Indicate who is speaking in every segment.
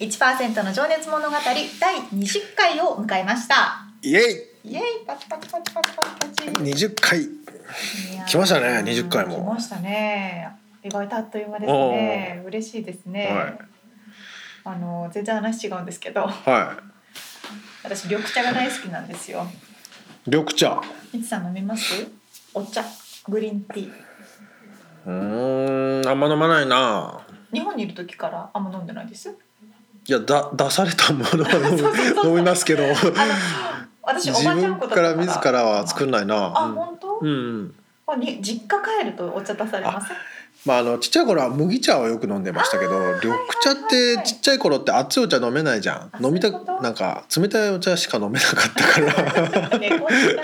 Speaker 1: 1%の情熱物語第20回を迎えました
Speaker 2: イエ
Speaker 1: イエイパチパチパチパチパチパ
Speaker 2: イ。
Speaker 1: チ
Speaker 2: 二十回。
Speaker 1: いやー
Speaker 2: 来ましたね20回も
Speaker 1: 来ましたね意外とあっという間ですね嬉しいですね、
Speaker 2: はい
Speaker 1: あの全然話違うんですけど
Speaker 2: は
Speaker 1: 私緑茶が大好きなんですよ
Speaker 2: い。緑茶。
Speaker 1: みつさん飲みますお茶グリーンティー
Speaker 2: うーん、あんま飲まないな。
Speaker 1: 日本にいる時からあんま飲んでないです
Speaker 2: いや、だ、出され たものは飲む飲みますけど。
Speaker 1: あ の私おば
Speaker 2: 自
Speaker 1: ちゃん
Speaker 2: 分
Speaker 1: 子だった
Speaker 2: か
Speaker 1: から
Speaker 2: ら自らは作んない
Speaker 1: あ
Speaker 2: な。
Speaker 1: 本当、
Speaker 2: うんうん。
Speaker 1: これに実家帰るとお茶出されます
Speaker 2: まあ、あの、ちっちゃい頃は麦茶をよく飲んでましたけど、緑茶っ
Speaker 1: はいはい
Speaker 2: て
Speaker 1: はい
Speaker 2: ちっちゃい頃って熱いお茶飲めないじゃ
Speaker 1: あ
Speaker 2: ん。飲みた
Speaker 1: そういうこと
Speaker 2: なんか冷たいお茶しか飲めなかった から。
Speaker 1: 猫舌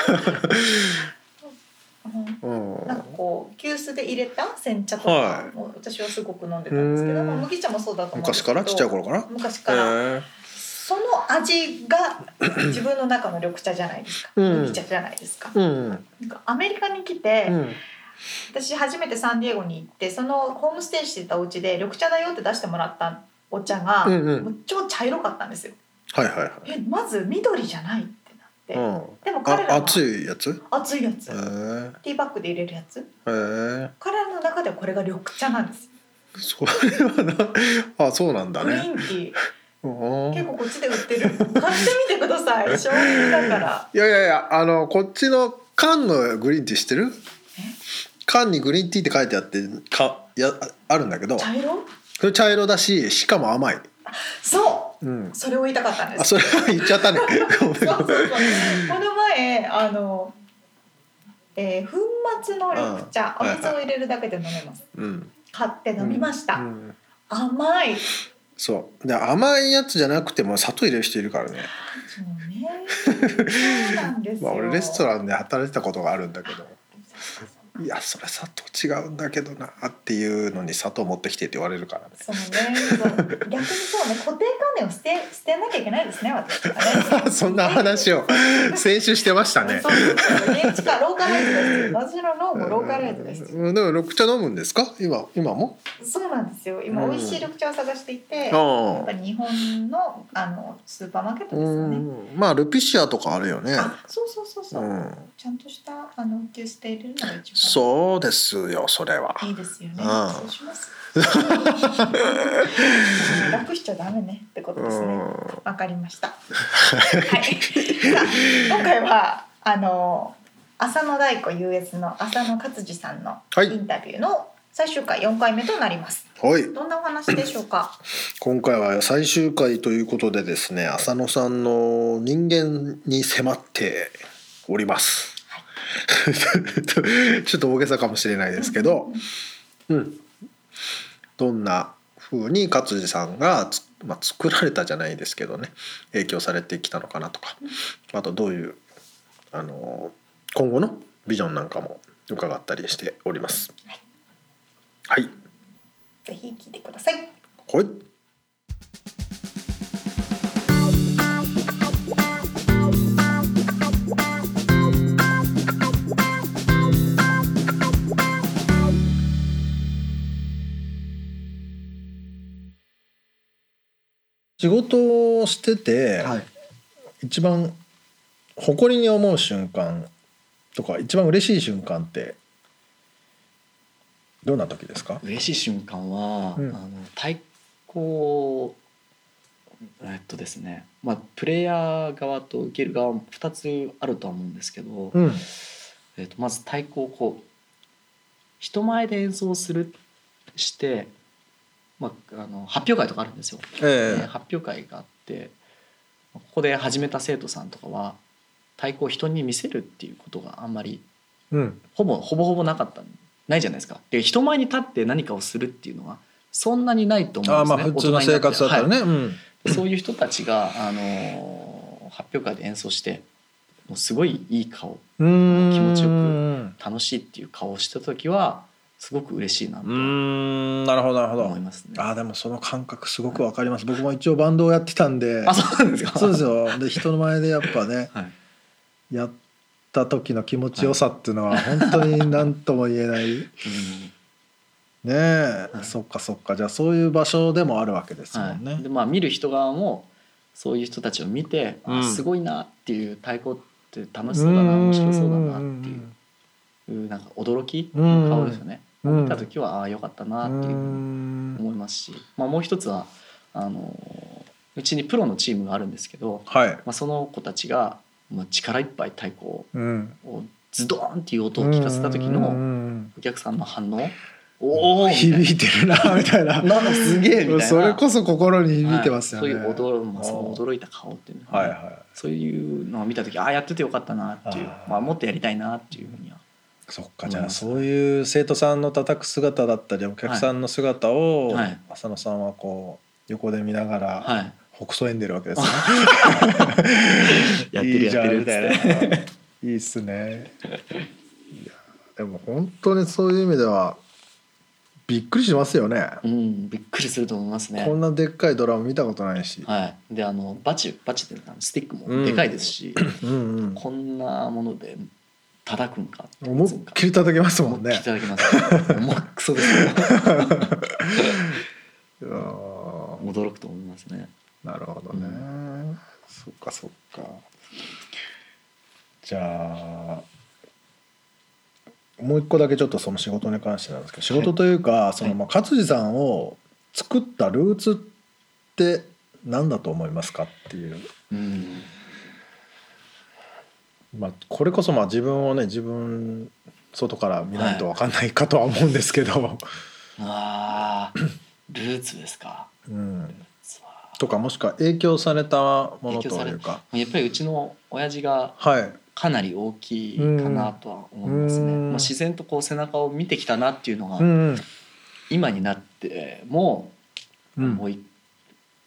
Speaker 1: うん
Speaker 2: うん。
Speaker 1: なんかこう急須で入れた煎茶とか、
Speaker 2: はい
Speaker 1: もう私はすごく飲んでたんですけど、
Speaker 2: うん
Speaker 1: まあ麦茶もそうだと思うんです
Speaker 2: 昔
Speaker 1: け
Speaker 2: か
Speaker 1: ど
Speaker 2: らちっちゃい頃かな。
Speaker 1: 昔から、
Speaker 2: え
Speaker 1: その味が自分の中の緑茶じゃないですか、
Speaker 2: うん
Speaker 1: 麦茶じゃないですか
Speaker 2: え。うん。
Speaker 1: なんかアメリカに来て、
Speaker 2: うん。
Speaker 1: 私初めてサンディエゴに行ってそのホームステイしてたお家で緑茶だよって出してもらったお茶が、
Speaker 2: うんうん
Speaker 1: もう超茶色かったんですよ
Speaker 2: はいはいはい。
Speaker 1: えまず緑じゃないってなって、
Speaker 2: うん。
Speaker 1: でも彼ら
Speaker 2: あ、
Speaker 1: は
Speaker 2: 熱いやつ。
Speaker 1: 熱いやつ、
Speaker 2: へえ
Speaker 1: ティーバッグで入れるやつ
Speaker 2: へえ
Speaker 1: 彼らの中ではこれが緑茶なんです
Speaker 2: それはなあそうなんだ
Speaker 1: グリー
Speaker 2: ね
Speaker 1: ンティー
Speaker 2: うん
Speaker 1: 結構こっちで売ってる買ってみてください衝撃だから
Speaker 2: いやいやいやあのこっちの缶のグリーンティー知ってる缶にグリーンティーって書いてあってかやあるんだけど
Speaker 1: 茶色
Speaker 2: それ茶色だししかも甘い、
Speaker 1: そ
Speaker 2: う
Speaker 1: う、
Speaker 2: ん
Speaker 1: それを言いたかったんで
Speaker 2: あ
Speaker 1: す
Speaker 2: それは言っちゃっ たねごめ
Speaker 1: そう
Speaker 2: ん
Speaker 1: そうそ
Speaker 2: ご
Speaker 1: う
Speaker 2: めん
Speaker 1: この前あの、えー粉末の緑茶お
Speaker 2: うんはいはい
Speaker 1: 水を入れるだけで飲めます
Speaker 2: うん
Speaker 1: 買って飲みました、
Speaker 2: うん
Speaker 1: 甘い
Speaker 2: そうで甘いやつじゃなくても砂糖入れる人いるからね、
Speaker 1: そうねそうなんですよ、
Speaker 2: まあ、俺レスト
Speaker 1: ン
Speaker 2: ランで働いてたことがあるんだけどいやそれ砂糖違うんだけどなっていうのに砂糖持ってきてって言われるからね
Speaker 1: そうねそう逆にそうね固定観念を捨て捨てなきゃいけないですね私はね
Speaker 2: そんな話を先週してましたね
Speaker 1: そ。うそうそう現地かローカライズですよ。私の脳もローカライズですよ。
Speaker 2: うんでも緑茶飲むんですか？今今も？
Speaker 1: そうなんですよ。今
Speaker 2: うん
Speaker 1: 美味しい緑茶を探していて、やっ
Speaker 2: あ
Speaker 1: ぱり日本のあのスーパーマーケッ
Speaker 2: あ。
Speaker 1: ト
Speaker 2: う
Speaker 1: ですよね。
Speaker 2: ん。まあルピシアとかあるよね。
Speaker 1: あ、そうそうそうそうう。
Speaker 2: ん。
Speaker 1: ちゃんとしたあの給捨て入れるのが一番。
Speaker 2: そうですよそれは。
Speaker 1: いいですよね。
Speaker 2: うん
Speaker 1: そうし ます。 楽しちゃダメねってこと
Speaker 2: う
Speaker 1: ですね。
Speaker 2: ん。
Speaker 1: わかりました。はい。さあ今回はあの浅野大子 US の浅野勝次さんの
Speaker 2: はい
Speaker 1: インタビューの最終回4回目となります。
Speaker 2: はい。
Speaker 1: どんなお話でしょうか。
Speaker 2: 今回は最終回ということでですね、浅野さんの人間に迫っております。 ちょっと大げさかもしれないですけど、うん、どんな風に勝地さんがつ、まあ、作られたじゃないですけどね影響されてきたのかなとかあとどういうあの今後のビジョンなんかも伺ったりしております。はい、
Speaker 1: ぜひ聞いてください。
Speaker 2: ほい仕事をしてて、
Speaker 3: はい、
Speaker 2: 一番誇りに思う瞬間とか一番嬉しい瞬間ってどんな時ですか、
Speaker 3: 嬉しい瞬間は、
Speaker 2: うん
Speaker 3: あの対抗えっとですね、まあ、プレイヤー側と受ける側も2つあるとは思うんですけど、
Speaker 2: うん
Speaker 3: ええっとまず太鼓をこう人前で演奏するして、まあ、あの発表会とかあるんですよ。で
Speaker 2: え
Speaker 3: 発表会があってここで始めた生徒さんとかは太鼓を人に見せるっていうことがあんまり
Speaker 2: えうん
Speaker 3: ほぼほぼほぼなかったないじゃないですかで人前に立って何かをするっていうのはそんなにないと思
Speaker 2: ああ
Speaker 3: うんです
Speaker 2: ま
Speaker 3: ね
Speaker 2: あ普通の生活だったら
Speaker 3: ね、
Speaker 2: ね、うん
Speaker 3: はいそういう人たちが、あのー発表会で演奏してもうすごいいい顔
Speaker 2: うーん
Speaker 3: 気持ちよく
Speaker 2: う
Speaker 3: 楽しいっていう顔をした時はすごく嬉しいな
Speaker 2: ー
Speaker 3: と
Speaker 2: んなるほどなるほ
Speaker 3: 思い
Speaker 2: ど
Speaker 3: ますね。
Speaker 2: ああでもその感覚すごくわかります僕も一応バンドをやってたんで
Speaker 3: あそうなんですか
Speaker 2: そうですよで人の前でやっぱね
Speaker 3: はい
Speaker 2: やった時の気持ちよさっていうのは本当に何とも言えないねえ、
Speaker 3: はい
Speaker 2: そっかそっかじゃあそういう場所でもあるわけですもんね、
Speaker 3: はい、でまあ見る人側もそういう人たちを見て、あ
Speaker 2: うん
Speaker 3: すごいなっていう太鼓って楽しそうだな面白そうだなっていうなんか驚きの顔ですよね、
Speaker 2: うん
Speaker 3: 見た時はああよかったなっていうふうに
Speaker 2: ん
Speaker 3: 思いますし、まあ、もう一つはあのうちにプロのチームがあるんですけど、
Speaker 2: はい、
Speaker 3: まあ、その子たちが、まあ、力いっぱい太鼓を
Speaker 2: うん、
Speaker 3: ズドーンっていう音を聞かせた時
Speaker 2: うんう
Speaker 3: の
Speaker 2: んうん
Speaker 3: お客さんの反応おおみ
Speaker 2: 響いてるなみたい
Speaker 3: た
Speaker 2: ない
Speaker 3: ななんかすげえみたいな
Speaker 2: それこそ心に響いてますよね、
Speaker 3: はいそういう驚,、まあ、その驚いた顔っていうの
Speaker 2: はいはい
Speaker 3: そういうのを見た時ああやっててよかったなっていう
Speaker 2: あー
Speaker 3: まあ、もっとやりたいなっていうふうには
Speaker 2: そっ
Speaker 3: 思
Speaker 2: か
Speaker 3: い
Speaker 2: じゃあ
Speaker 3: ます
Speaker 2: そういう生徒さんの叩く姿だったりお客さんの姿を、
Speaker 3: はい
Speaker 2: 浅野さんはこう横で見ながら
Speaker 3: はい
Speaker 2: 北総演でるわけですね、
Speaker 3: やってる
Speaker 2: いいじ
Speaker 3: や
Speaker 2: ゃ
Speaker 3: ってる
Speaker 2: ん
Speaker 3: っつ
Speaker 2: み
Speaker 3: って
Speaker 2: たいないいっすねいやでも本当にそういう意味ではびっくりしますよね
Speaker 3: うんびっくりすると思いますね
Speaker 2: こんなでっかいドラム見たことないし、
Speaker 3: はいであのバチバチってあのスティック
Speaker 2: うん
Speaker 3: もでかいですし、
Speaker 2: うんうん、
Speaker 3: こんなもので叩くんか
Speaker 2: 思いっきり叩けますもん
Speaker 3: 思いっ
Speaker 2: ね
Speaker 3: きりいただきます もうクソですよ
Speaker 2: いやー
Speaker 3: 驚くと思いますね
Speaker 2: なるほどね、そっかそっかじゃあもう一個だけちょっとその仕事に関してなんですけど仕事というか、そのまあ勝地さんを作ったルーツって何だと思いますかっていう、
Speaker 3: うん
Speaker 2: まあ、これこそまあ自分をね自分外から見ないと分かんないかとは思うんですけど、
Speaker 3: あールーツですか
Speaker 2: うん、とかもしくは影響されたものというか。
Speaker 3: やっぱりうちの親父が
Speaker 2: はい、
Speaker 3: かなり大きいかなとは思いますね。
Speaker 2: うん
Speaker 3: もう自然とこう背中を見てきたなっていうのが、
Speaker 2: うん
Speaker 3: 今になっても
Speaker 2: う
Speaker 3: もうい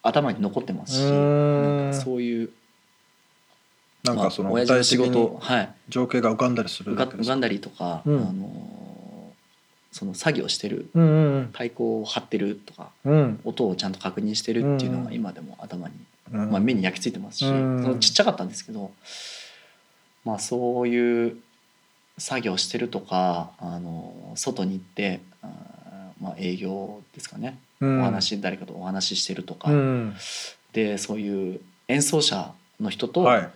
Speaker 3: 頭に残ってますし、
Speaker 2: うん
Speaker 3: なんかそういう
Speaker 2: なんかその
Speaker 3: まあ
Speaker 2: 具
Speaker 3: 親
Speaker 2: 体
Speaker 3: 父の仕
Speaker 2: 的に
Speaker 3: 事、はい、
Speaker 2: 情景が浮かんだりする
Speaker 3: う
Speaker 2: だ
Speaker 3: が
Speaker 2: けです
Speaker 3: 浮
Speaker 2: か
Speaker 3: かんだりとか、
Speaker 2: うん
Speaker 3: あのーその作業してる
Speaker 2: うんうん
Speaker 3: 太鼓を張ってるとか
Speaker 2: うん
Speaker 3: 音をちゃんと確認してるっていうの
Speaker 2: う
Speaker 3: が
Speaker 2: ん
Speaker 3: 今でも頭に、
Speaker 2: うん
Speaker 3: まあ、目に焼き付いてますし、
Speaker 2: うん
Speaker 3: そのちっちゃかったんですけど、まあ、そういう作業してるとかあの外に行って、あーまあ、営業ですかね、
Speaker 2: うん
Speaker 3: お話誰かとお話ししてるとか、
Speaker 2: うん
Speaker 3: でそういう演奏者の人と、
Speaker 2: はい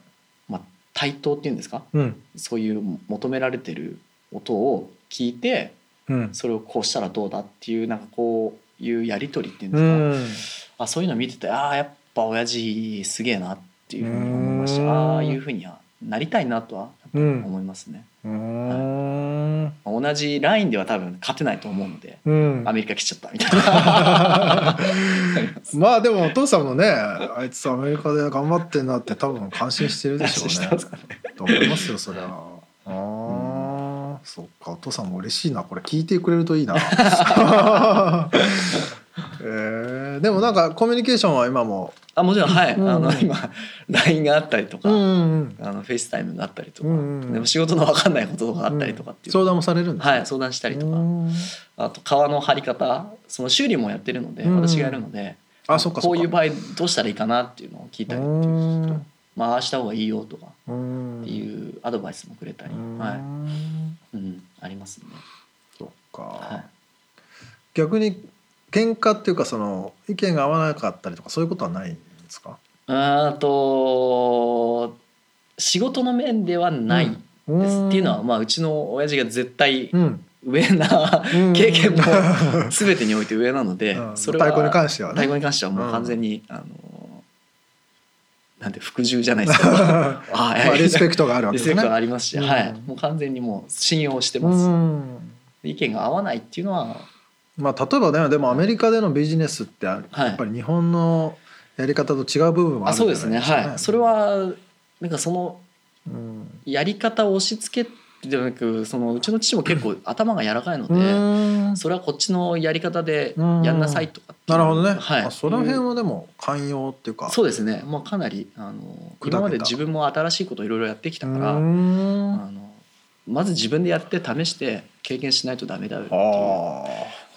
Speaker 3: まあ、対等っていうんですか
Speaker 2: うん
Speaker 3: そういう求められてる音を聞いて
Speaker 2: うん
Speaker 3: それをこうしたらどうだっていうなんかこういうやり取りっていうん
Speaker 2: う
Speaker 3: ですか、
Speaker 2: ん
Speaker 3: あそういうの見ててああやっぱ親父すげえなっていうふうに思いまし
Speaker 2: うん
Speaker 3: たああいうふうにはなりたいなとは
Speaker 2: うん
Speaker 3: 思いますね、
Speaker 2: うん
Speaker 3: まあ同じラインでは多分勝てないと思うので
Speaker 2: うん
Speaker 3: アメリカ来ちゃったみたい な
Speaker 2: まあでもお父さんもねあいつアメリカで頑張ってんなって多分感心してるでしょ
Speaker 3: 話して
Speaker 2: う
Speaker 3: ま
Speaker 2: ね
Speaker 3: すかね
Speaker 2: と思いますよそりゃあーそっかお父さんも嬉しいなこれ聞いてくれるとい いなえーでもなんかコミュニケーションは今も
Speaker 3: あもちろんはい、
Speaker 2: うん
Speaker 3: あの今 LINE があったりとか、
Speaker 2: うん
Speaker 3: あのフェイスタイムがあったりとか、
Speaker 2: うんうん
Speaker 3: でも仕事の分かんないこととかあったりとかっていう、
Speaker 2: 相談もされるんですね
Speaker 3: はい、相談したりとか、
Speaker 2: うん
Speaker 3: あと革の張り方その修理もやってるので、
Speaker 2: うん
Speaker 3: 私がやるので
Speaker 2: あそっかそ
Speaker 3: こ
Speaker 2: っか
Speaker 3: ういう場合どうしたらいいかなっていうのを聞いたりっていうまあああした方がいいよとか
Speaker 2: うん
Speaker 3: っていうアドバイスもくれたり、
Speaker 2: うん
Speaker 3: はいう、うん、ありますね。
Speaker 2: そっか、
Speaker 3: はい
Speaker 2: 逆に喧嘩っていうかその意見が合わなかったりとかそういうことはないんですか
Speaker 3: あーと仕事の面ではないです、
Speaker 2: うん
Speaker 3: っていうのはまあうちの親父が絶対
Speaker 2: うん
Speaker 3: 上な、
Speaker 2: うん
Speaker 3: 経験 も
Speaker 2: う
Speaker 3: 全てにおいて上なので、
Speaker 2: ん
Speaker 3: それは
Speaker 2: 太鼓に関しては
Speaker 3: 太
Speaker 2: ね
Speaker 3: 鼓に関してはもう完全に、あのなんて服従じゃない ですけどああ
Speaker 2: まあ、リスペクトがあるわけ
Speaker 3: リ
Speaker 2: で
Speaker 3: ス
Speaker 2: す
Speaker 3: ペ
Speaker 2: ね
Speaker 3: クトがありますし、
Speaker 2: うん
Speaker 3: はい、もう完全にもう信用して
Speaker 2: う
Speaker 3: ます、
Speaker 2: ん
Speaker 3: 意見が合わないっていうのは
Speaker 2: まあ例えばねでもアメリカでのビジネスってや
Speaker 3: はい
Speaker 2: っぱり日本のやり方と違う部分もあ
Speaker 3: あ
Speaker 2: るんじ
Speaker 3: そ
Speaker 2: ゃ
Speaker 3: う
Speaker 2: ない
Speaker 3: ですねはいそれ、はなんかその
Speaker 2: うん
Speaker 3: やり方を押し付けではなくそのうちの父も結構頭が柔らかいの
Speaker 2: う
Speaker 3: で、
Speaker 2: ん
Speaker 3: それはこっちのやり方で
Speaker 2: うん
Speaker 3: やんなさいとかってい
Speaker 2: な
Speaker 3: う
Speaker 2: るほどね、
Speaker 3: はい
Speaker 2: あその辺はでも寛容っていうか
Speaker 3: そうですね、まあ、かなりあの
Speaker 2: 砕けた
Speaker 3: 今まで自分も新しいこといろいろやってきたから、
Speaker 2: うん
Speaker 3: あのまず自分でやって試して経験しないとダメだよっていう
Speaker 2: あ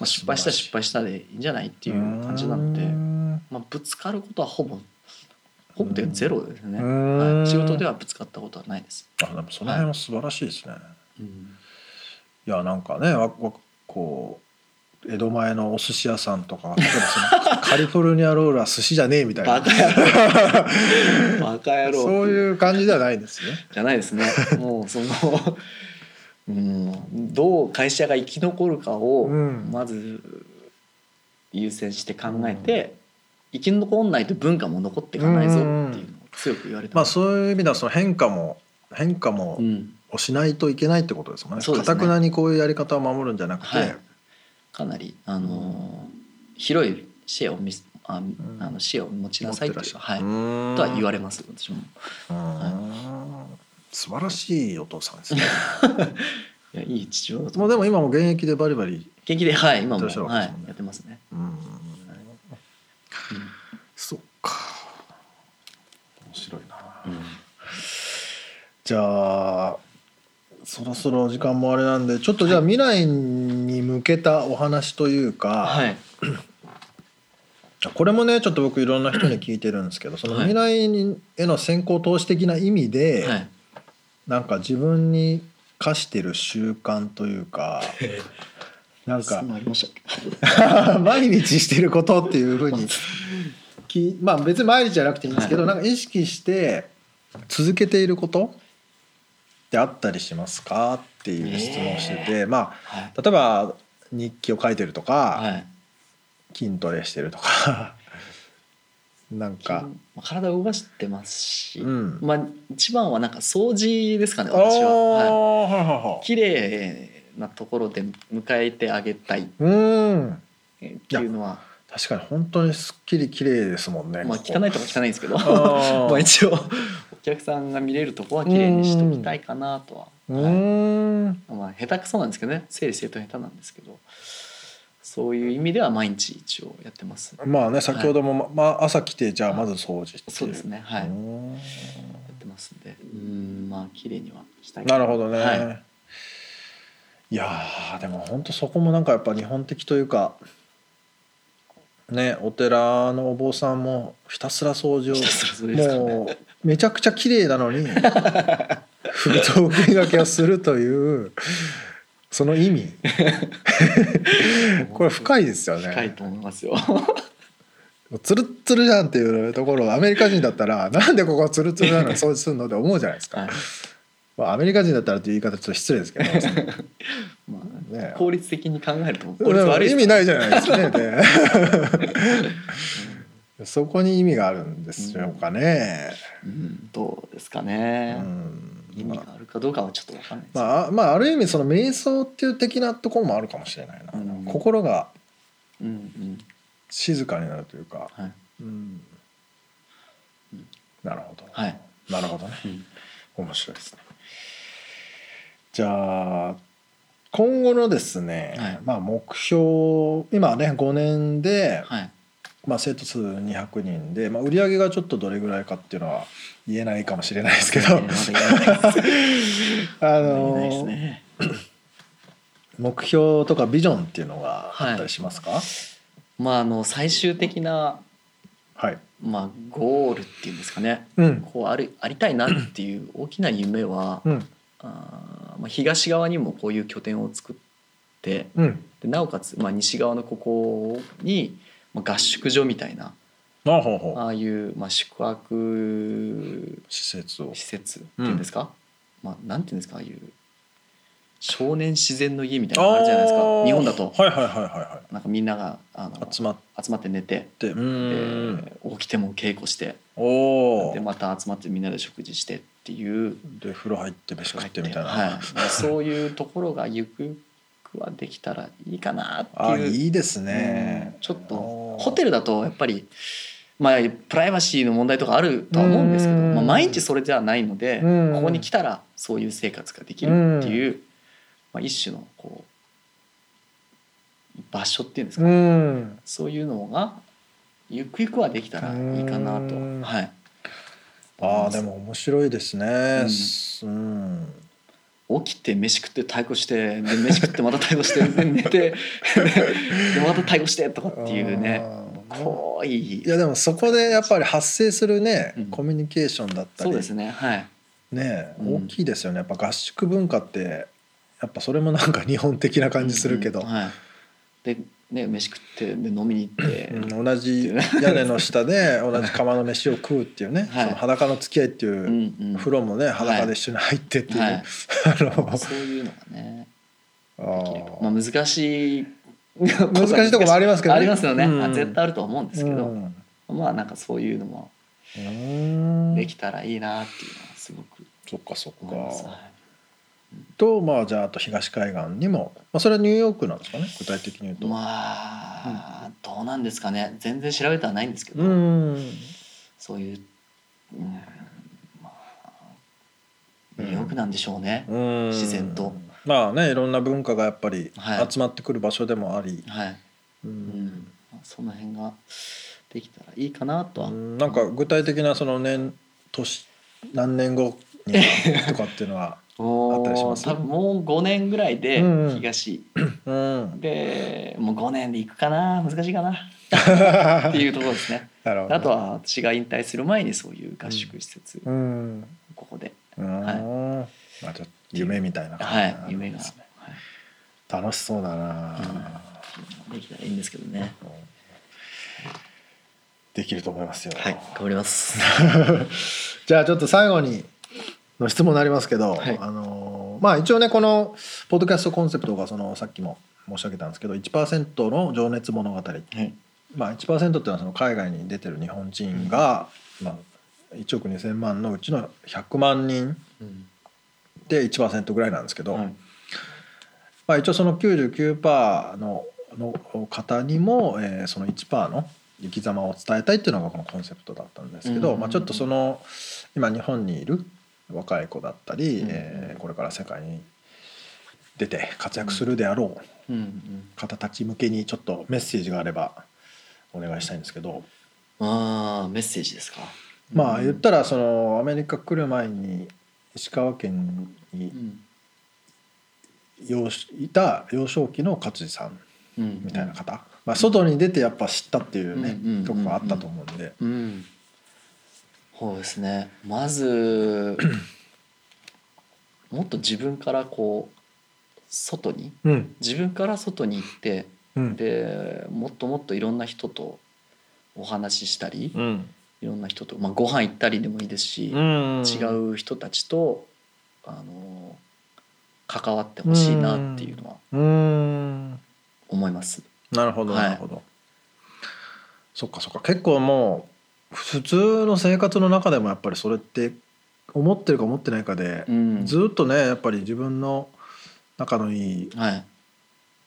Speaker 3: まあ、失敗したら失敗したでいいんじゃないって
Speaker 2: て
Speaker 3: いう感じなので、
Speaker 2: ね、
Speaker 3: まあ、ぶつかることはほぼほぼというかゼロですね、
Speaker 2: は
Speaker 3: はい、仕事ではぶつかったことはないです、
Speaker 2: あでもその辺は素晴らしいですね、
Speaker 3: うん
Speaker 2: い、やなんかねわわこう江戸前のお寿司屋さんとか例えばその カリフォルニアロールは寿司じゃねえみたい
Speaker 3: バ
Speaker 2: な
Speaker 3: カ野 郎バカ野郎
Speaker 2: そう
Speaker 3: う
Speaker 2: いう感じではないんですね
Speaker 3: じゃないですねもうそのうんどう会社が生き残るかを
Speaker 2: うん
Speaker 3: まず優先して考えて、生き残んないと文化も残っていかないぞっていうのを強く言われた、
Speaker 2: まあそういう意味ではその変化も変化も
Speaker 3: うん、
Speaker 2: をしないといけないってことですもんね
Speaker 3: そう
Speaker 2: か
Speaker 3: です
Speaker 2: た
Speaker 3: ね
Speaker 2: くなにこういうやり方を守るんじゃなくて、
Speaker 3: はいかなり、あのー広い視野をみあ
Speaker 2: ん
Speaker 3: あの視野を持ちな
Speaker 2: 持っ
Speaker 3: さい
Speaker 2: て
Speaker 3: と
Speaker 2: らっ
Speaker 3: いう
Speaker 2: し
Speaker 3: か、
Speaker 2: ゃ
Speaker 3: はい
Speaker 2: る、は
Speaker 3: とは言わ
Speaker 2: れ
Speaker 3: れます私も
Speaker 2: 素晴らしいお父さんですね
Speaker 3: いやいい父親だと
Speaker 2: も
Speaker 3: 思
Speaker 2: う
Speaker 3: う
Speaker 2: でも今も現役でバリバリ
Speaker 3: 元気ではい今も、
Speaker 2: どうしよう
Speaker 3: はい、
Speaker 2: そうね
Speaker 3: やってますね、
Speaker 2: うんそっか面白いな
Speaker 3: うん
Speaker 2: じゃあそろそろ時間もあれなんでちょっとじゃあ未来に向けたお話というか、
Speaker 3: はい
Speaker 2: これもねちょっと僕いろんな人に聞いてるんですけどその
Speaker 3: はい
Speaker 2: 未来にへの先行投資的な意味で、
Speaker 3: はい
Speaker 2: なんか自分に課してる習慣という かなん
Speaker 3: そ
Speaker 2: か
Speaker 3: んなのありましたっけ
Speaker 2: 毎日してることっていうふうにきまあ別に毎日じゃなくていいんですけど、
Speaker 3: は
Speaker 2: なんか意識して続けていることってあったりしますかっていう質問をしてて、ま
Speaker 3: はい
Speaker 2: あ例えば日記を書いてるとか、
Speaker 3: はい
Speaker 2: 筋トレしてるとか なんか
Speaker 3: ま。あ体を動かしてますし、
Speaker 2: うん
Speaker 3: まあ一番はなんか掃除ですかね
Speaker 2: あー
Speaker 3: 私は、は
Speaker 2: はいはいはい
Speaker 3: い、綺麗なところで迎えてあげたいっ
Speaker 2: うん
Speaker 3: ていうのは
Speaker 2: 確かに本当にすっきり綺麗ですもんね。
Speaker 3: まあ
Speaker 2: ここ
Speaker 3: 汚いとこ汚いんですけ ど
Speaker 2: あー
Speaker 3: まあ一応お客さんが見れるとこは綺麗にしときたいかなとは、
Speaker 2: う
Speaker 3: はい
Speaker 2: ーん
Speaker 3: まあ下手くそなんですけどね整理整頓下手なんですけどそういう意味では毎日一応やってます
Speaker 2: まあね先ほども、ままあ朝来てじゃあまず掃除ってい
Speaker 3: そうですねはいうや
Speaker 2: ーん
Speaker 3: ってますんでうんまあ綺麗にはしたい
Speaker 2: なるほどね。
Speaker 3: はい
Speaker 2: い、やーでも本当そこもなんかやっぱ日本的というか。ね、お寺のお坊さんもひたすら掃除を
Speaker 3: ひたすら掃除ですからね
Speaker 2: もうめちゃくちゃ綺麗なのに封筒送り書きをするというその意 味これ深いですよね
Speaker 3: 深いと思い ますよ
Speaker 2: ツルッツルじゃんっていうところをアメリカ人だったら なんでここツルツル なのに掃除するのって思うじゃないですか、
Speaker 3: はい
Speaker 2: まあ、アメリカ人だったらという言い方ちょっと失礼ですけ どその
Speaker 3: まあ
Speaker 2: ね
Speaker 3: 効率的に考えると効率悪い
Speaker 2: 意
Speaker 3: です
Speaker 2: 味ないじゃないですかねで そこに意味があるんでしょうかね、
Speaker 3: うんどうですか
Speaker 2: う
Speaker 3: ね、
Speaker 2: ん
Speaker 3: 意味があるかどうかはちょっとわかんないです、
Speaker 2: まああまあある意味その瞑想っていう的なところもあるかもしれないな、
Speaker 3: うん
Speaker 2: 心が
Speaker 3: うんうん
Speaker 2: 静かになるというか、
Speaker 3: はい、
Speaker 2: うん
Speaker 3: うん
Speaker 2: なるほど、
Speaker 3: はい
Speaker 2: なるほどね
Speaker 3: うん
Speaker 2: 面白いですねじゃあ今後のですね、
Speaker 3: はい
Speaker 2: まあ、目標今ね5年で、
Speaker 3: はい
Speaker 2: まあ、生徒数200人で、まあ、売り上げがちょっとどれぐらいかっていうのは言えないかもしれないですけど、
Speaker 3: えーまだ 言えないです
Speaker 2: あ
Speaker 3: 言えない
Speaker 2: の
Speaker 3: ですね
Speaker 2: 目標とかビジョンっていうのがあったりしますか、はい
Speaker 3: まあ、あの最終的な、まあ、ゴールっていうんですかね
Speaker 2: うん
Speaker 3: こうあるありたいなっていう大きな夢は、
Speaker 2: うん
Speaker 3: あーまあ、東側にもこういう拠点を作って
Speaker 2: うん
Speaker 3: でなおかつ、まあ、西側のここに、まあ、合宿所みたいな
Speaker 2: あほうほう
Speaker 3: ああいう、まあ、宿泊
Speaker 2: 施設を
Speaker 3: 施設っていうんですか、まあ、なんていうんですかああいう少年自然の家みたいなのあるじゃないです
Speaker 2: あ
Speaker 3: か
Speaker 2: ー
Speaker 3: 日本だと
Speaker 2: はいはいはいはいは
Speaker 3: なんかみんながあの
Speaker 2: い集まっ
Speaker 3: 集まって寝て、
Speaker 2: てう
Speaker 3: で
Speaker 2: ーん
Speaker 3: 起きても稽古して
Speaker 2: おお
Speaker 3: でまた集まってみんなで食事してっていう
Speaker 2: で風呂入って飯食ってみたいな、
Speaker 3: はい、そういうところがゆくゆくはできたらいいかな
Speaker 2: あ
Speaker 3: っていう
Speaker 2: いいですね、
Speaker 3: うんちょっと
Speaker 2: おー
Speaker 3: ホテルだとやっぱり、まあ、プライバシーの問題とかあるとは思うんですけど、
Speaker 2: うん
Speaker 3: まあ、毎日それじゃないので
Speaker 2: うん
Speaker 3: ここに来たらそういう生活ができるっていう、まあ、一種のこう場所っていうんですか、
Speaker 2: うん
Speaker 3: そういうのがゆくゆくはできたらいいかなと。
Speaker 2: うん
Speaker 3: はい、
Speaker 2: ああでも面白いですねうん、
Speaker 3: 起きて飯食って太鼓してで飯食ってまた太鼓してで寝てでまた太鼓してとかっていうね
Speaker 2: あー
Speaker 3: 濃
Speaker 2: い
Speaker 3: い
Speaker 2: やでもそこでやっぱり発生するね、
Speaker 3: うん
Speaker 2: コミュニケーションだったり
Speaker 3: そうですねはい
Speaker 2: ね
Speaker 3: うん
Speaker 2: 大きいですよねやっぱ合宿文化ってやっぱそれもなんか日本的な感じするけど、
Speaker 3: うんうんはい、でね飯食ってで飲みに行って、
Speaker 2: うん同じ屋根の下で同じ釜の飯を食うっていうね、
Speaker 3: はい
Speaker 2: その裸の付き合いっていうう、
Speaker 3: んうん
Speaker 2: 風呂もね裸で一緒に入ってっていう、
Speaker 3: はい
Speaker 2: あ
Speaker 3: そういうのがねできれば
Speaker 2: の
Speaker 3: まあ、難しい
Speaker 2: 難しいとこもありますけどね
Speaker 3: ありますよね、
Speaker 2: うん
Speaker 3: あ絶対あるとは思うんですけ
Speaker 2: う
Speaker 3: ど、
Speaker 2: ん
Speaker 3: まあなんかそういうのも
Speaker 2: うん
Speaker 3: できたらいいなっていうのはすごく
Speaker 2: そっかそっ
Speaker 3: 思います、は
Speaker 2: かとまあじゃああと東海岸にも、まあ、それはニューヨークなんですかね具体的に言う
Speaker 3: い
Speaker 2: と、
Speaker 3: まあどうなんですかね全然調べてはないんですけど、
Speaker 2: うん
Speaker 3: そういう、うんまあ、魅力なんでしょうね、
Speaker 2: うん
Speaker 3: 自然と
Speaker 2: まあねいろんな文化がやっぱり
Speaker 3: はい
Speaker 2: 集まってくる場所でもあり、
Speaker 3: はい、
Speaker 2: う
Speaker 3: うんんまあその辺ができたらいいかなとは、
Speaker 2: うんなんか具体的なその年年何年後にはとかっていうの は
Speaker 3: おー
Speaker 2: あったりします
Speaker 3: 多分もう5年ぐらいで
Speaker 2: うんうん
Speaker 3: 東、
Speaker 2: うん
Speaker 3: でもう5年で行くかな難しいかなっていうところですね
Speaker 2: なるほど
Speaker 3: あとは私が引退する前にそういう合宿施設、
Speaker 2: うん
Speaker 3: ここで
Speaker 2: うんまあちょっと夢みたいな感じ
Speaker 3: はい
Speaker 2: になるん
Speaker 3: 夢が、
Speaker 2: で
Speaker 3: は
Speaker 2: すね楽しそうだな、
Speaker 3: い、できたらいいんですけどね
Speaker 2: できると思いますよ、
Speaker 3: はい頑張ります
Speaker 2: じゃあちょっと最後にの質問になりますけど、
Speaker 3: はい
Speaker 2: あのーまあ一応ねこのポッドキャストコンセプトがそのさっきも申し上げたんですけど1%の情熱物語、
Speaker 3: はい
Speaker 2: まあ、1%っていうのはその海外に出てる日本人が、まあ、1億2,000万のうちの100万人
Speaker 3: うん
Speaker 2: で1%ぐらいなんですけど、
Speaker 3: はい
Speaker 2: まあ、一応その99%のの方にも、えーその1%の生き様を伝えたいっていうのがこのコンセプトだったんですけど、
Speaker 3: うん
Speaker 2: まあ、ちょっとその今日本にいる若い子だったり、
Speaker 3: うん
Speaker 2: えーこれから世界に出て活躍するであろう
Speaker 3: うんうん
Speaker 2: 方たち向けにちょっとメッセージがあればお願いしたいんですけど、
Speaker 3: ああメッセージですか
Speaker 2: まあ言っ
Speaker 3: う
Speaker 2: たらそのアメリカ来る前に石川県に
Speaker 3: ん
Speaker 2: 養しいた幼少期の勝地さん
Speaker 3: うん
Speaker 2: みたいな方、まあ、外に出てやっぱ知ったっていうね、
Speaker 3: うんうんうんうん
Speaker 2: とこがあったと思うんで、
Speaker 3: うん、そうですねまず もっと自分からこう外に
Speaker 2: うん
Speaker 3: 自分から外に行って
Speaker 2: うん
Speaker 3: でもっともっといろんな人とお話ししたり
Speaker 2: うん
Speaker 3: いろんな人と、まあ、ご飯行ったりでもいいですし、
Speaker 2: うん、
Speaker 3: 違う人たちとあの関わってほしいなっていうのは
Speaker 2: うん
Speaker 3: 思います。
Speaker 2: なるほど
Speaker 3: はい
Speaker 2: なるほど、そっかそっか結構もう普通の生活の中でもやっぱりそれって思ってるか思ってないかで
Speaker 3: う、ん、
Speaker 2: ずっとねやっぱり自分の仲のいい
Speaker 3: はい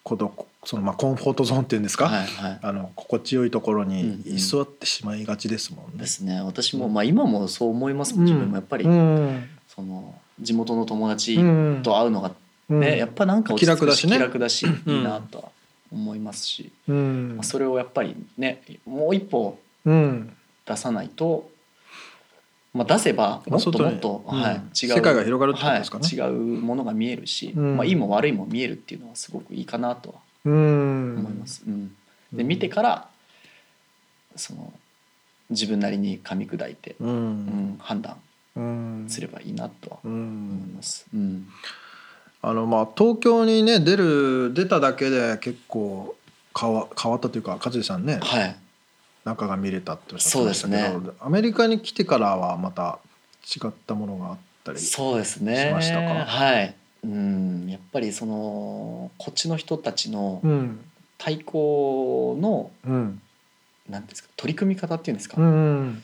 Speaker 2: ことそのまあコンフォートゾーンっていうんですか、
Speaker 3: はいはい
Speaker 2: あの心地よいところに
Speaker 3: うんうん
Speaker 2: 居座ってしまいがちですもんね
Speaker 3: で。すね私も、まあ、今もそう思いますもん自分もやっぱり、
Speaker 2: うん
Speaker 3: その地元の友達
Speaker 2: うん
Speaker 3: と会うのがね、
Speaker 2: うん
Speaker 3: やっぱなんか落ち着くし
Speaker 2: 気
Speaker 3: 気
Speaker 2: 楽
Speaker 3: 楽だし,、
Speaker 2: うん
Speaker 3: いいなとは思いますし、
Speaker 2: うん
Speaker 3: まあ、それをやっぱりねもう一歩
Speaker 2: うん
Speaker 3: 出さないと、まあ、出せば
Speaker 2: まあ
Speaker 3: もっと
Speaker 2: 外
Speaker 3: も
Speaker 2: に
Speaker 3: っと、
Speaker 2: うん
Speaker 3: はい、違う
Speaker 2: 世界が広がるってことですかね
Speaker 3: はい、違うものが見えるし、
Speaker 2: うん
Speaker 3: まあ、いいも悪いも見えるっていうのはすごくいいかなとは
Speaker 2: うん
Speaker 3: 思います。うんで見てからその自分なりに噛み砕いて、
Speaker 2: う
Speaker 3: うんん、判断
Speaker 2: うん
Speaker 3: すればいいなとは
Speaker 2: う
Speaker 3: 思い
Speaker 2: ん
Speaker 3: ます。うん
Speaker 2: あのまあ東京にね出る出ただけで結構変わ変わったというか勝地さんね
Speaker 3: はい
Speaker 2: 中が見れたっておっしゃってましたけ
Speaker 3: そ
Speaker 2: ど、
Speaker 3: うで
Speaker 2: アメリカに来てからはまた違ったものがあったり
Speaker 3: そうですね。
Speaker 2: しましたか
Speaker 3: はい。うん、やっぱりそのこっちの人たちの
Speaker 2: うん
Speaker 3: 対抗の
Speaker 2: うん
Speaker 3: なんていうんですか取り組み方っていうんですか、
Speaker 2: うん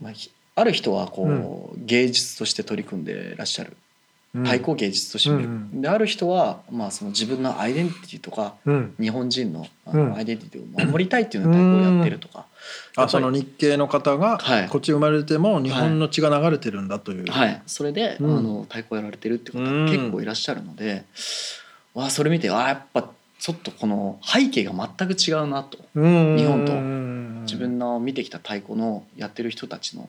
Speaker 3: まあ、ひある人はこう、芸術として取り組んでらっしゃる
Speaker 2: うん
Speaker 3: 対抗芸術として見る、
Speaker 2: うん
Speaker 3: である人は、まあ、その自分のアイデンティティとか
Speaker 2: うん
Speaker 3: 日本人のあ
Speaker 2: うん
Speaker 3: のアイデンティティを守りたいっていうのを対抗をやってるとか、やっぱ
Speaker 2: あ
Speaker 3: り
Speaker 2: その日系の方が
Speaker 3: はい
Speaker 2: こっち生まれても日本の血が流れてるんだという、
Speaker 3: はい、それで、
Speaker 2: うん
Speaker 3: あの対抗やられてるって方が結構いらっしゃるので、わあそれ見てああやっぱちょっとこの背景が全く違うなと
Speaker 2: うん
Speaker 3: 日本と
Speaker 2: うん
Speaker 3: 自分の見てきた太鼓のやってる人たちの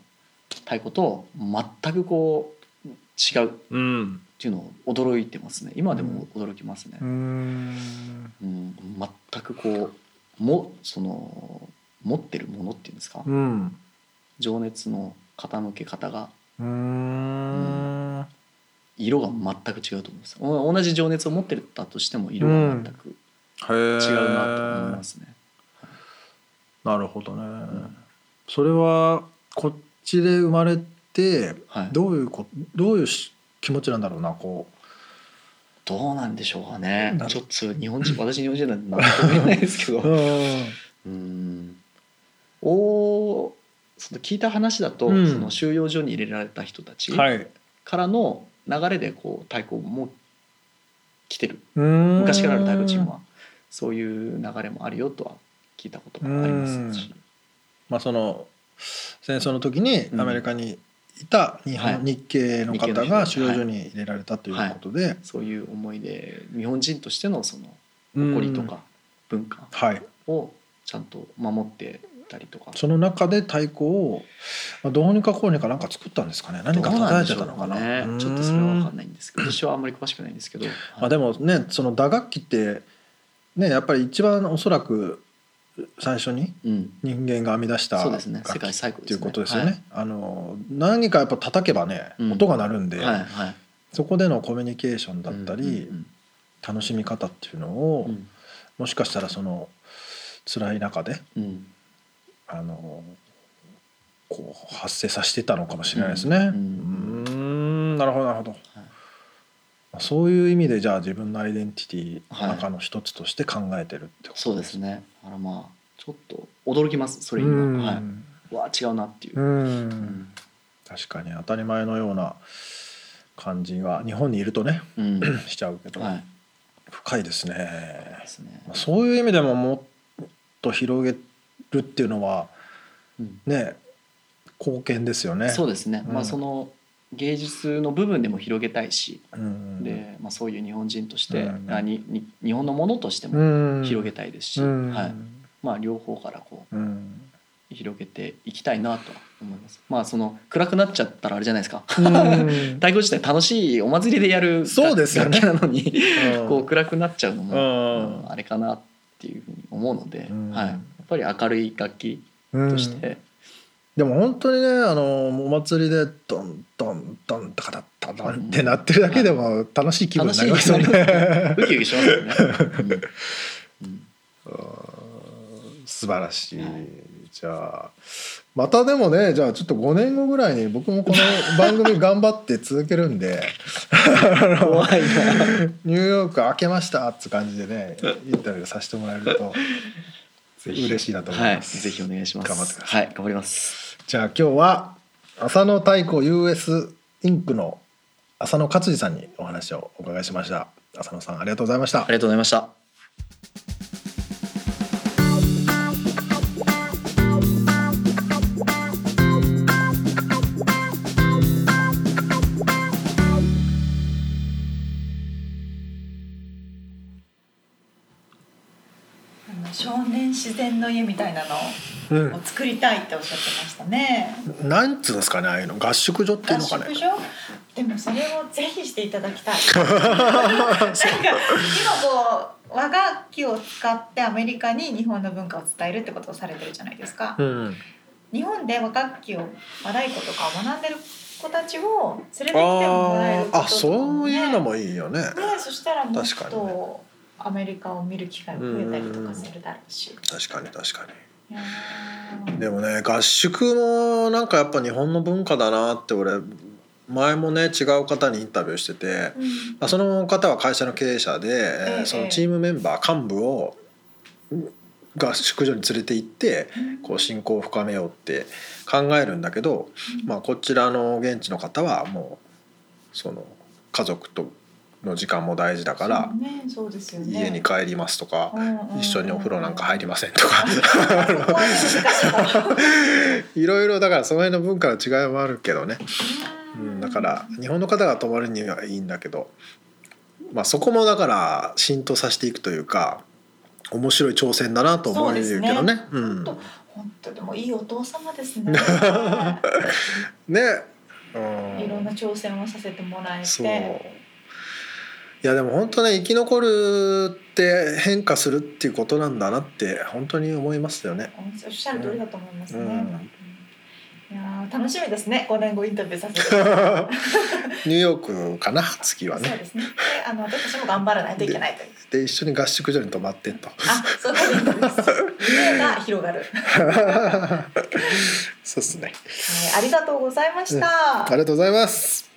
Speaker 3: 太鼓と全くこう違うっ
Speaker 2: うん
Speaker 3: ていうのを驚いてますね今でも驚きますね
Speaker 2: う、ん
Speaker 3: うん、全くこうもその持ってるものっていうんですか、
Speaker 2: うん
Speaker 3: 情熱の傾け方が
Speaker 2: うん
Speaker 3: 色が全く違うと思いますお同じ情熱を持ってたとしても色が全く
Speaker 2: へえ
Speaker 3: 違うなと思いますね、
Speaker 2: なるほどね、
Speaker 3: ん
Speaker 2: それはこっちで生まれて
Speaker 3: はい、
Speaker 2: ど
Speaker 3: ど
Speaker 2: ういうこどういうし気持ちなんだろうなこ
Speaker 3: うなんでしょうかね
Speaker 2: な
Speaker 3: ちょっと日本人私日本人なんで何とも言えないですけど
Speaker 2: う、うん
Speaker 3: うんおその聞いた話だと、
Speaker 2: うん
Speaker 3: その収容所に入れられた人たち
Speaker 2: は
Speaker 3: か
Speaker 2: い
Speaker 3: らの流れでこう太鼓も来てる
Speaker 2: 昔
Speaker 3: 昔からある太鼓チームはそういう流れもあるよとは聞いたことがありますし、
Speaker 2: まあその戦争の時にアメリカにいた日本、
Speaker 3: はい
Speaker 2: 日系の
Speaker 3: 日系
Speaker 2: 方
Speaker 3: の人
Speaker 2: が
Speaker 3: が
Speaker 2: 収容所に入れられたということで、
Speaker 3: そういう思いで日本人としてのその
Speaker 2: うん
Speaker 3: 誇りとか文化
Speaker 2: はい
Speaker 3: をちゃんと守ってたりとか、
Speaker 2: その中で太鼓をまあどうにかこうにかなんか作ったんですかね何か叩いてたのかな
Speaker 3: どうなんでしょうかねちょっとそれは分かんないんですけど私はあんまり詳しくないんですけど、
Speaker 2: まあ、でもねその打楽器ってねやっぱり一番おそらく最初に
Speaker 3: うん、
Speaker 2: 人間が編み出した
Speaker 3: そうですね世
Speaker 2: 楽器
Speaker 3: 界最古
Speaker 2: っていうことですよね。あの何かやっぱ叩けばね、
Speaker 3: うん
Speaker 2: 音が鳴るんで、
Speaker 3: はいはいはい
Speaker 2: そこでのコミュニケーションだったり、
Speaker 3: うん
Speaker 2: 楽しみ方っていうのを、
Speaker 3: うん
Speaker 2: もしかしたらその辛い中で
Speaker 3: うんうん
Speaker 2: あのこう発生させてたのかもしれないですね。う
Speaker 3: うん
Speaker 2: ーんなるほどなるほど。
Speaker 3: はい
Speaker 2: そういう意味でじゃあ自分のアイデンティティの中の一つとして考えてるってこと
Speaker 3: そうですねだからまあちょっと驚きますそれには、
Speaker 2: うん
Speaker 3: はい、うわあ違うなっていう、
Speaker 2: う
Speaker 3: うんん
Speaker 2: 確かに当たり前のような感じは日本にいるとね
Speaker 3: うん
Speaker 2: しちゃうけど、
Speaker 3: はい
Speaker 2: 深いです
Speaker 3: そう
Speaker 2: ね
Speaker 3: で。すね
Speaker 2: まあそういう意味でももっと広げるっていうのは
Speaker 3: うん
Speaker 2: ね貢献ですよね。
Speaker 3: そうですね、
Speaker 2: うん
Speaker 3: まあその芸術の部分でも広げたいし、
Speaker 2: うん
Speaker 3: でまあ、そういう日本人として、
Speaker 2: うん
Speaker 3: あにに日本のものとしても
Speaker 2: うん
Speaker 3: 広げたいですし、
Speaker 2: うん
Speaker 3: はいまあ、両方からこう
Speaker 2: うん
Speaker 3: 広げていきたいなとは思いますまあその暗くなっちゃったらあれじゃないですか
Speaker 2: うん
Speaker 3: 太鼓自体楽しいお祭りでやる
Speaker 2: そうですよね
Speaker 3: 楽器なのに
Speaker 2: うん
Speaker 3: こう暗くなっちゃうの
Speaker 2: う
Speaker 3: も、
Speaker 2: ん
Speaker 3: あれかなっていうふうに思うので、
Speaker 2: うん
Speaker 3: はい、やっぱり明るい楽器
Speaker 2: うん
Speaker 3: として、
Speaker 2: でも本当にねあのお祭りでドンドンドンとかだったなってなってるだけでも楽しい気分になりますよ
Speaker 3: 楽しい気分に
Speaker 2: ね。
Speaker 3: ウキウキします よね。うんうん
Speaker 2: 素晴らしい
Speaker 3: はい。
Speaker 2: じゃあまたでもねじゃあちょっと5年後ぐらいに僕もこの番組頑張って続けるんで
Speaker 3: 怖いな。
Speaker 2: ニューヨーク開けましたって感じでねインタビューさせてもらえると嬉しいなと思います。
Speaker 3: はい、ぜひお願いします。
Speaker 2: 頑張ってくだ
Speaker 3: はい、頑張ります。
Speaker 2: じゃあ今日は浅野太鼓 US インクの浅野勝治さんにお話をお伺いしました浅野さんありがとうございました
Speaker 3: ありがとうございました。
Speaker 1: あの少年自然の家みたいな
Speaker 2: うん
Speaker 1: のを作りたいっておっしゃってましたね。
Speaker 2: なんつうんですかねああいうの合宿所ってい
Speaker 1: 合
Speaker 2: うのかね
Speaker 1: 宿所でもそれをぜひしていただ きたいなんか今こう和楽器を使ってアメリカに日本の文化を伝えるってことをされてるじゃないですか、
Speaker 2: うん
Speaker 1: 日本で和楽器を和太鼓とかを学んでる子たちを連れてきてもらえることとかもね
Speaker 2: あそういうのもいいよね
Speaker 1: ねそしたらもっ
Speaker 2: 確かに
Speaker 1: とアメリカを見る機会も増えたりとかするだろうし
Speaker 2: 確かに確か
Speaker 1: いや
Speaker 2: にでもね合宿もなんかやっぱ日本の文化だなって俺前もね違う方にインタビューしてて、まあ、その方は会社の経営者で、えー
Speaker 1: ええ
Speaker 2: そのチームメンバー幹部をが宿所に連れて行ってこう親交を深めようって考えるんだけど、まあ、こちらの現地の方はもうその家族との時間も大事だから
Speaker 1: そうねそうですよね
Speaker 2: 家に帰りますとか、一緒にお風呂なんか入
Speaker 1: る
Speaker 2: りませんとか
Speaker 1: こはね難しいかも
Speaker 2: いろいろだからその辺の文化の違いもあるけどね、うん、だから日本の方が泊まるにはいいんだけど、まあ、そこもだから浸透させていくというか面白い挑戦だなと思うけどね
Speaker 1: そううで
Speaker 2: ん、
Speaker 1: 本本当でもいいお父様です ね
Speaker 2: ね、
Speaker 1: いろんな
Speaker 2: う
Speaker 1: 挑戦をさせてもらえ
Speaker 2: ん、
Speaker 1: て
Speaker 2: そういやでも本当ね生き残るって変化するっていうことなんだなって本当に思いますよね。
Speaker 1: おっしゃる通りだと思いますね、
Speaker 2: うん
Speaker 1: うんいやー楽しみですね5年後インタビューさ せてそう
Speaker 2: ニューヨークかな次はね。
Speaker 1: ですねであの私たちも頑張らないといけない という
Speaker 2: で一緒に合宿所に泊まってと
Speaker 1: あそういうことです 夢が広がる、はい、
Speaker 2: そうですね
Speaker 1: ありがとうございました、
Speaker 2: ありがとうございます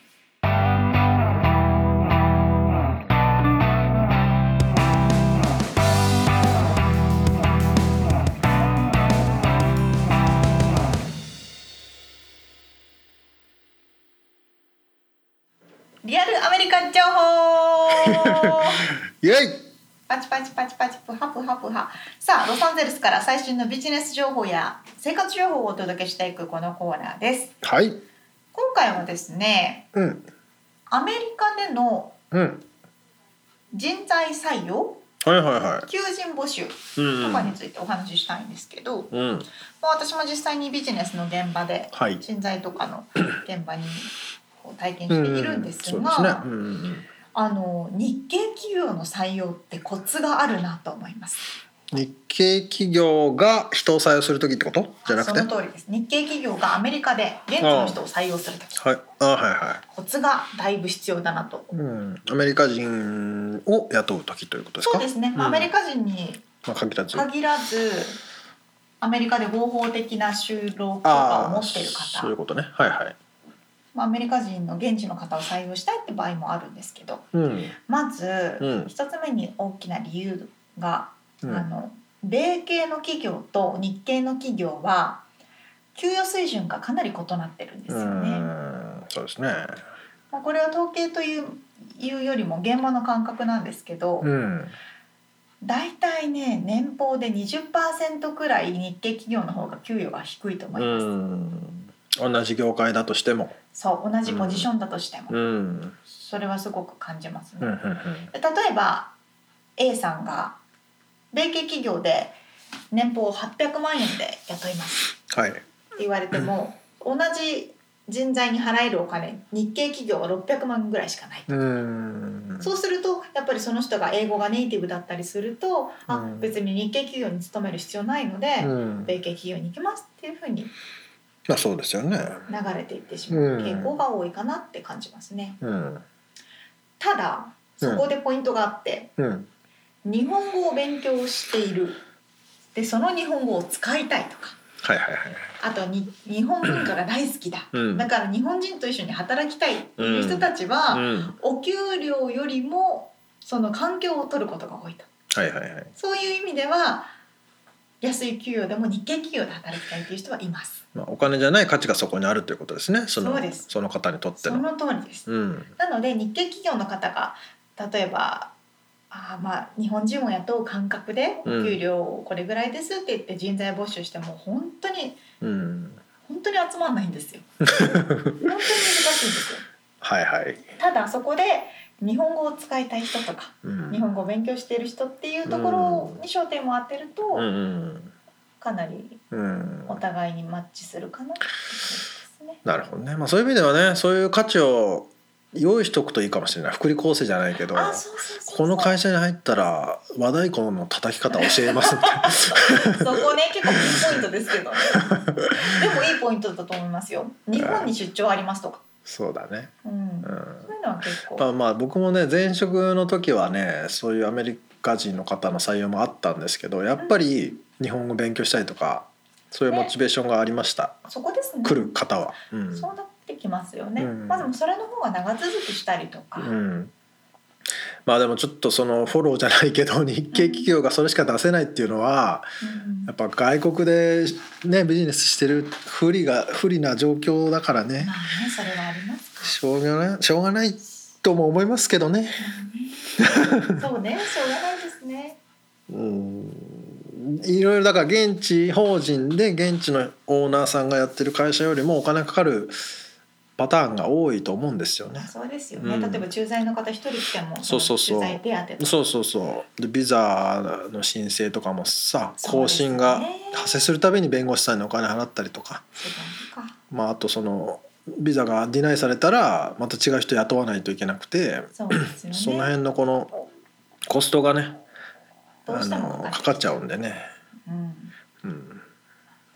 Speaker 1: リアルアメリカン情報
Speaker 2: イエイ
Speaker 1: パチパチパチパチプハプハプハさあロサンゼルスから最新のビジネス情報や生活情報をお届けしていくこのコーナーです
Speaker 2: はい
Speaker 1: 今回はですね
Speaker 2: うん
Speaker 1: アメリカでの
Speaker 2: うん
Speaker 1: 人材採用
Speaker 2: はいはいは
Speaker 1: 求人募集
Speaker 2: いうん
Speaker 1: とかについてお話ししたいんですけど、もう
Speaker 2: うんうん
Speaker 1: 私も実際にビジネスの現場で
Speaker 2: はい
Speaker 1: 人材とかの現場にこう体験しているんです
Speaker 2: うんうんそうですね
Speaker 1: が、
Speaker 2: うんうんうん
Speaker 1: あの日系企業の採用ってコツがあるなと思います。
Speaker 2: 日系企業が人を採用する時ってことじゃなくて
Speaker 1: その通りです。日系企業がアメリカで現地の人を採用するとき、
Speaker 2: はいあはいは
Speaker 1: コツがだいぶ必要だなと。
Speaker 2: いうんアメリカ人を雇う時ということです
Speaker 1: そ
Speaker 2: か
Speaker 1: うですね。まあ
Speaker 2: う
Speaker 1: ア
Speaker 2: ん
Speaker 1: メリカ人に
Speaker 2: まあ限らず
Speaker 1: 限らず、アメリカで合法的な就労許可を
Speaker 2: あ
Speaker 1: 持
Speaker 2: あ
Speaker 1: っている
Speaker 2: そ
Speaker 1: 方
Speaker 2: ういうことねはいはい
Speaker 1: まあ、アメリカ人の現地の方を採用したいって場合もあるんですけど
Speaker 2: うん
Speaker 1: まず
Speaker 2: うん
Speaker 1: 一つ目に大きな理由が、
Speaker 2: う
Speaker 1: あ
Speaker 2: ん
Speaker 1: の米系の企業と日系の企業は給与水準がかなり異なってるんです
Speaker 2: う
Speaker 1: よね。
Speaker 2: んそうですね
Speaker 1: まあ、これは統計といういうよりも現場の感覚なんですけど、
Speaker 2: うん
Speaker 1: だいたいね年俸で20%くらい日系企業の方が給与が低いと思いうます。
Speaker 2: ん同じ業界だとしても
Speaker 1: そう同じポジションだとしても、
Speaker 2: うん
Speaker 1: それはすごく感じますね。
Speaker 2: うんうんうん
Speaker 1: 例えば A さんが米系企業で年俸800万円で雇います
Speaker 2: はい
Speaker 1: って言われても、同じ人材に払えるお金日系企業は600万ぐらいしかない、
Speaker 2: うん
Speaker 1: そうするとやっぱりその人が英語がネイティブだったりすると、
Speaker 2: う
Speaker 1: あ
Speaker 2: ん
Speaker 1: 別に日系企業に勤める必要ないので、
Speaker 2: うん
Speaker 1: 米系企業に行きますっていうふうに
Speaker 2: まあそうですよね
Speaker 1: 流れていってしまう傾向が多いかなって感じますね。
Speaker 2: うん
Speaker 1: ただそこでポイントがあって、
Speaker 2: うん
Speaker 1: 日本語を勉強しているでその日本語を使いたいとか
Speaker 2: はいはいはい
Speaker 1: あとはに日本文化が大好きだ、
Speaker 2: うん
Speaker 1: だから日本人と一緒に働きたいっていう人たちは、
Speaker 2: うん
Speaker 1: お給料よりもその環境を取ることが多いと
Speaker 2: はいはいはい
Speaker 1: そういう意味では安い給与でも日系企業で働きたいっていう人はいます
Speaker 2: まあお金じゃない価値がそこにあるということですねその
Speaker 1: そうです
Speaker 2: その方にとって
Speaker 1: そ
Speaker 2: の
Speaker 1: の通りです、
Speaker 2: うん
Speaker 1: なので日系企業の方が例えばあーまあ日本人を雇う感覚でお
Speaker 2: うん
Speaker 1: 給料これぐらいですって言って人材募集しても本当に
Speaker 2: うん
Speaker 1: 本当に集まんないんですよ 本当に難しいんですよ
Speaker 2: はいはい
Speaker 1: ただそこで日本語を使いたい人とか
Speaker 2: うん
Speaker 1: 日本語を勉強している人っていうところに焦点を当てると、
Speaker 2: うんうん
Speaker 1: かなり
Speaker 2: うん
Speaker 1: お互いにマッチするかなって感じですね
Speaker 2: なるほどねまあそういう意味ではねそういう価値を用意しとくといいかもしれない福利厚生じゃないけど
Speaker 1: あそうそうそうそう
Speaker 2: この会社に入ったら和太鼓の叩き方教え ますみたいな
Speaker 1: そこね結構いいポイントですけどねでもいいポイントだと思いますよ日本に出張ありますとか、
Speaker 2: そうだね、
Speaker 1: うん
Speaker 2: う、ん、
Speaker 1: そういうのは結構
Speaker 2: まあまあ僕もね前職の時はねそういうアメリカ人の方の採用もあったんですけどやっぱり日本語勉強したりとかそういうモチベーションがありました、
Speaker 1: そこですね
Speaker 2: 来る方は、うん、
Speaker 1: そうだってきますよね、
Speaker 2: うん
Speaker 1: まあでもそれの方が長続きしたりとか、
Speaker 2: うんまあでもちょっとそのフォローじゃないけど日系企業がそれしか出せないっていうのは
Speaker 1: うん
Speaker 2: やっぱ外国でねビジネスしてる不利が不利な状況だからね
Speaker 1: まあねそれはありますか
Speaker 2: しょうがないしょうがないとも思いますけどね。
Speaker 1: らねそうねしょうがないですね
Speaker 2: うんいろいろだから現地法人で現地のオーナーさんがやってる会社よりもお金かかるパターンが多いと思うんですよね。
Speaker 1: そうですよね、
Speaker 2: うん
Speaker 1: 例えば駐在の方一人来ても
Speaker 2: そうそうそう
Speaker 1: の駐在手当とか
Speaker 2: そうそうそうでビザの申請とかもさ
Speaker 1: そう
Speaker 2: 更
Speaker 1: ですね
Speaker 2: 新が発生するたびに弁護士さんにお金払ったりとか、
Speaker 1: そうか
Speaker 2: まあ、あとそのビザがディナイされたらまた違う人雇わないといけなくて
Speaker 1: そうですよね
Speaker 2: その辺のこのコストがね
Speaker 1: どう
Speaker 2: あ
Speaker 1: しても
Speaker 2: のかかっちゃうんでね、
Speaker 1: うん
Speaker 2: うん、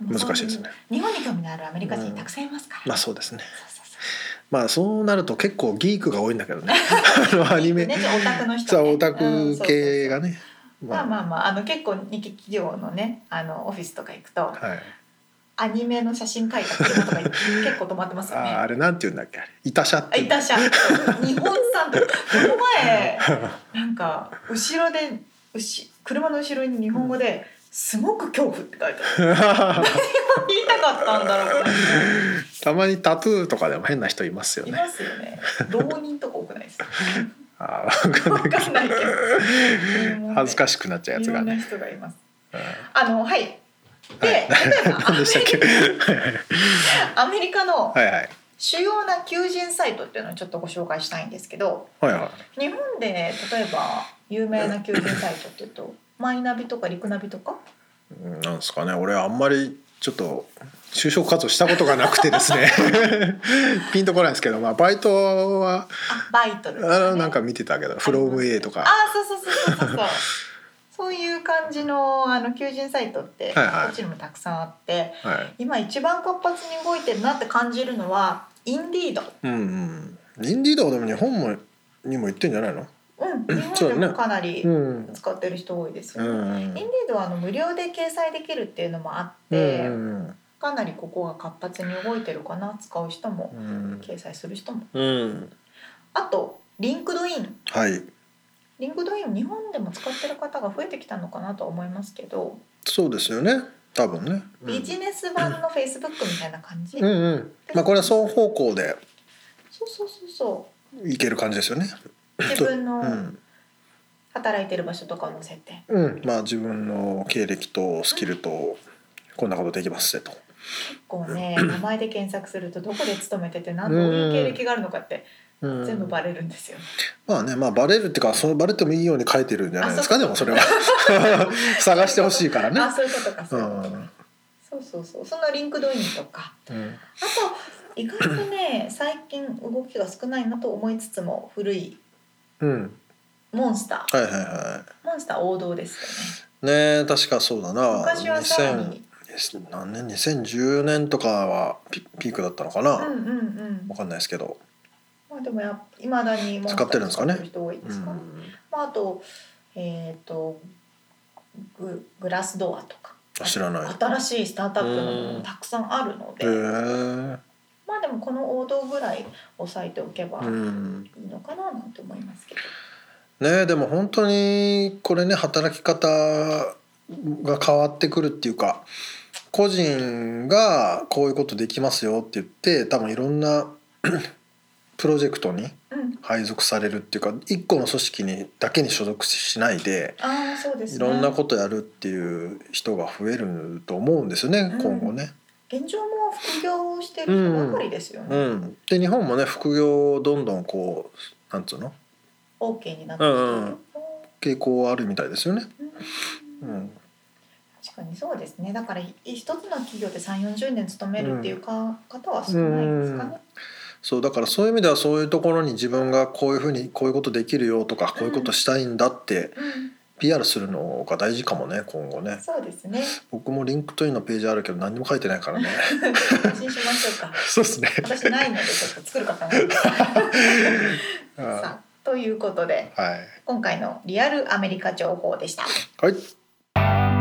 Speaker 1: でもそうう
Speaker 2: 難しいですね。
Speaker 1: 日本に興味のあるアメリカ人たくさんいますから、
Speaker 2: まあそうですね。
Speaker 1: そうそうそう
Speaker 2: まあそうなると結構ギークが多いんだけど ねあのアニメ
Speaker 1: ね、オタクの人、
Speaker 2: さ
Speaker 1: ね、
Speaker 2: オタク系
Speaker 1: うんそうそう
Speaker 2: がね、
Speaker 1: そうまあまあまああの結構日系企業のねあのオフィスとか行くと
Speaker 2: はい、
Speaker 1: アニメの写真描いた 車とか結構止まってます
Speaker 2: あ
Speaker 1: よね
Speaker 2: ああれなんて言うんだっけあれいたしゃ
Speaker 1: あ
Speaker 2: って
Speaker 1: いたしゃ日本産とかこの前なんか後ろでうし車の後ろに日本語で「すごく恐怖」って書いてある言いたかったんだろうな
Speaker 2: たまにタトゥーとかでも変な人いますよ
Speaker 1: い
Speaker 2: ね
Speaker 1: ますよね浪人とか多くないですか
Speaker 2: あ ーわかんな
Speaker 1: 分
Speaker 2: い
Speaker 1: かんないけど
Speaker 2: 恥ずか
Speaker 1: し
Speaker 2: しくなっち
Speaker 1: い
Speaker 2: ゃうや
Speaker 1: い
Speaker 2: つ
Speaker 1: ろ
Speaker 2: が
Speaker 1: んな
Speaker 2: ね、
Speaker 1: 人がいます
Speaker 2: うん
Speaker 1: あのはいで、
Speaker 2: は
Speaker 1: 例
Speaker 2: い
Speaker 1: えば
Speaker 2: 何でしたっけ
Speaker 1: アメリカの
Speaker 2: はいはい
Speaker 1: 主要な求人サイトっていうのをちょっとご紹介したいんですけど
Speaker 2: はいは
Speaker 1: 日本で例えば有名な求人サイトっていうとマイナビとかリクナビとか
Speaker 2: いうんなんですかね俺あんまりちょっと就職活動したことがなくてで すねピンとこないですけど、まあ、バイトは
Speaker 1: あバイトルと
Speaker 2: あ
Speaker 1: か、
Speaker 2: のなんか見てたけど「フロム A」と
Speaker 1: あ
Speaker 2: か
Speaker 1: そうそうそうそうそう そうそういう感じのあの求人サイトってこ
Speaker 2: はいはい
Speaker 1: っちにもたくさんあって
Speaker 2: はい
Speaker 1: 今一番活発に動いてるなって感じるのはインディード
Speaker 2: うんうんインディードはでも日本もにも行ってんじゃないの
Speaker 1: うん日
Speaker 2: そ
Speaker 1: 本で
Speaker 2: うだね
Speaker 1: もかなり
Speaker 2: ん
Speaker 1: 使ってる人多いです
Speaker 2: う
Speaker 1: よね。
Speaker 2: ん
Speaker 1: インディードはあの無料で掲載できるっていうのもあっ
Speaker 2: う
Speaker 1: て、
Speaker 2: ん
Speaker 1: かなりここが活発に動いてるかな使う人も
Speaker 2: うん
Speaker 1: 掲載する人も
Speaker 2: うん
Speaker 1: あとリンクドイン
Speaker 2: はい
Speaker 1: リンクドイン日本でも使ってる方が増えてきたのかなとは思いますけど、
Speaker 2: そうですよね多分ねうん
Speaker 1: ビジネス版のフェイスブックみたいな感じ、
Speaker 2: うんうんまあこれは双方向で
Speaker 1: そうそうそうそ
Speaker 2: いける感じですよね
Speaker 1: う自分
Speaker 2: う
Speaker 1: の
Speaker 2: ん、
Speaker 1: 働いてる場所とかを載せて
Speaker 2: うん、まあ自分の経歴とスキルとこんなことできますってと
Speaker 1: 結構 ね名前で検索するとどこで勤めてて何どういう経歴があるのかって
Speaker 2: うん
Speaker 1: 全部バレるんですよ、
Speaker 2: まあねまあバレるっていうかそのバレてもいいように書いてるんじゃないですか
Speaker 1: あ
Speaker 2: で
Speaker 1: そう
Speaker 2: もそれは 探してほしいからね
Speaker 1: あそういうことかそうういうことか、
Speaker 2: ん
Speaker 1: そうそうそうそのリンクドインとか
Speaker 2: うん
Speaker 1: あと意外と ね最近動きが少ないなと思いつつも古い
Speaker 2: うん
Speaker 1: モンスタ
Speaker 2: はいはいはい
Speaker 1: ーモンスター王道です
Speaker 2: ねえ確かそうだな
Speaker 1: 昔はさらに
Speaker 2: 2000何年2010年とかはピピークだったのかな、
Speaker 1: よね
Speaker 2: わ
Speaker 1: うんうんうん
Speaker 2: かんないですけど、
Speaker 1: まあでもやいまだにモンスタ
Speaker 2: 使ってるん
Speaker 1: ー
Speaker 2: ですかね
Speaker 1: 人多いで
Speaker 2: う
Speaker 1: すかね
Speaker 2: ん、
Speaker 1: まああとえっ、とググラスドアとか
Speaker 2: あ知らない
Speaker 1: 新しいスタートアップのもの
Speaker 2: う
Speaker 1: も
Speaker 2: ん
Speaker 1: たくさんあるので、
Speaker 2: へえ
Speaker 1: まあでもこの王道ぐらい押さえておけば
Speaker 2: うんね
Speaker 1: いいのかななんて思いますけど、
Speaker 2: えでも本当にこれね働き方が変わってくるっていうか個人がこういうことできますよって言って多分いろんなプロジェクトに
Speaker 1: うん、
Speaker 2: 配属されるっていうか一個の組織にだけに所属しないで、
Speaker 1: ああそうですね
Speaker 2: いろんなことやるっていう人が増えると思うんですよね、
Speaker 1: うん
Speaker 2: 今後ね。
Speaker 1: 現状も副業をしてる人ばかりですよね、
Speaker 2: うん、で日本もね副業をどんどんこうなんつうの
Speaker 1: OK になってきてる、
Speaker 2: うんうん傾向あるみたいですよね。
Speaker 1: う
Speaker 2: うんん、
Speaker 1: 確かにそうですねだからい一つの企業で3 4 0年勤めるっていうか、方は少ないですかね、
Speaker 2: そうだからそういう意味ではそういうところに自分がこういうふうにこういうことできるよとかこういうことしたいんだって
Speaker 1: うん
Speaker 2: PR するのが大事かもね今後ね。
Speaker 1: そうですね
Speaker 2: 僕もリンクトインのページあるけど何にも書いてな いからね。
Speaker 1: 安心しましょうか
Speaker 2: そうですね。
Speaker 1: 私ないのでちょっと作る方ないです
Speaker 2: うんは
Speaker 1: さあということで
Speaker 2: い。
Speaker 1: 今回のリアルアメリカ情報でした
Speaker 2: はい。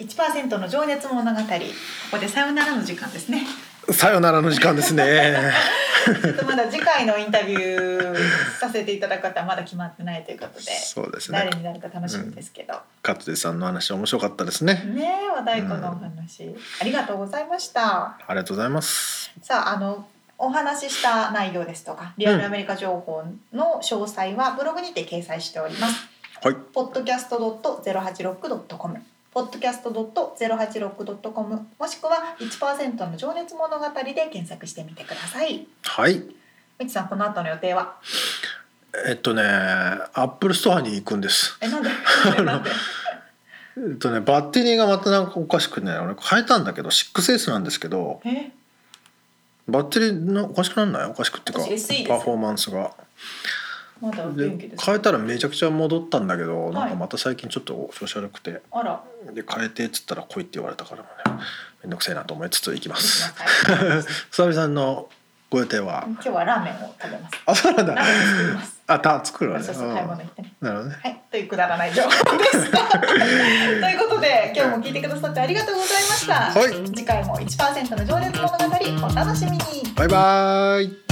Speaker 1: 1%の情熱物語ここでさよならの時間ですね
Speaker 2: さよならの時間ですね。
Speaker 1: ちょっとまだ次回のインタビューさせていただく方はまだ決まってないということで
Speaker 2: そうですね
Speaker 1: 誰。になるか楽しみですけど、
Speaker 2: 勝地さんの話面白かったですね。
Speaker 1: ねえ和太鼓のお話、ありがとうございました
Speaker 2: ありがとうございます。
Speaker 1: さああのお話しした内容ですとかリアルアメリカ情報の詳細はブログにて掲載しております、
Speaker 2: はい。
Speaker 1: podcast.086.com podcast.086.com もしくは1%の情熱物語で検索してみてください
Speaker 2: はい。
Speaker 1: みちさんこの後の予定は
Speaker 2: えっとね、アップルストアに行くんです。
Speaker 1: えなん で
Speaker 2: の
Speaker 1: なんで
Speaker 2: えっとね、バッテリーがまたなんかおかしくね、俺変えたんだけど、6S なんですけど、
Speaker 1: え
Speaker 2: バッテリーのおかしくなんないおかしくっていうか、
Speaker 1: 私 SE です
Speaker 2: パフォーマンスが。
Speaker 1: まだ
Speaker 2: で
Speaker 1: 元気です
Speaker 2: 変えたらめちゃくちゃ戻ったんだけど、なん
Speaker 1: は
Speaker 2: か
Speaker 1: い
Speaker 2: また最近ちょっと調子悪くて、
Speaker 1: あら
Speaker 2: で変えてっつったら来いって言われたからもね、めんどくせえなと思いつつ行きま。
Speaker 1: 行きますすはい
Speaker 2: 久々さんのご予定は、
Speaker 1: 今日はラーメンを食べます
Speaker 2: あ、そうなん
Speaker 1: ラーメンを作り
Speaker 2: だ。
Speaker 1: ます
Speaker 2: あ、た作るわね。
Speaker 1: そうそう買い物行ってね
Speaker 2: うんなるほどね。
Speaker 1: はい、というくだらない情報でした。という ことで、今日も聞いてくださってありがとうございました。
Speaker 2: はい
Speaker 1: 次回も1%の情熱物語、お楽しみに。
Speaker 2: バイバイ。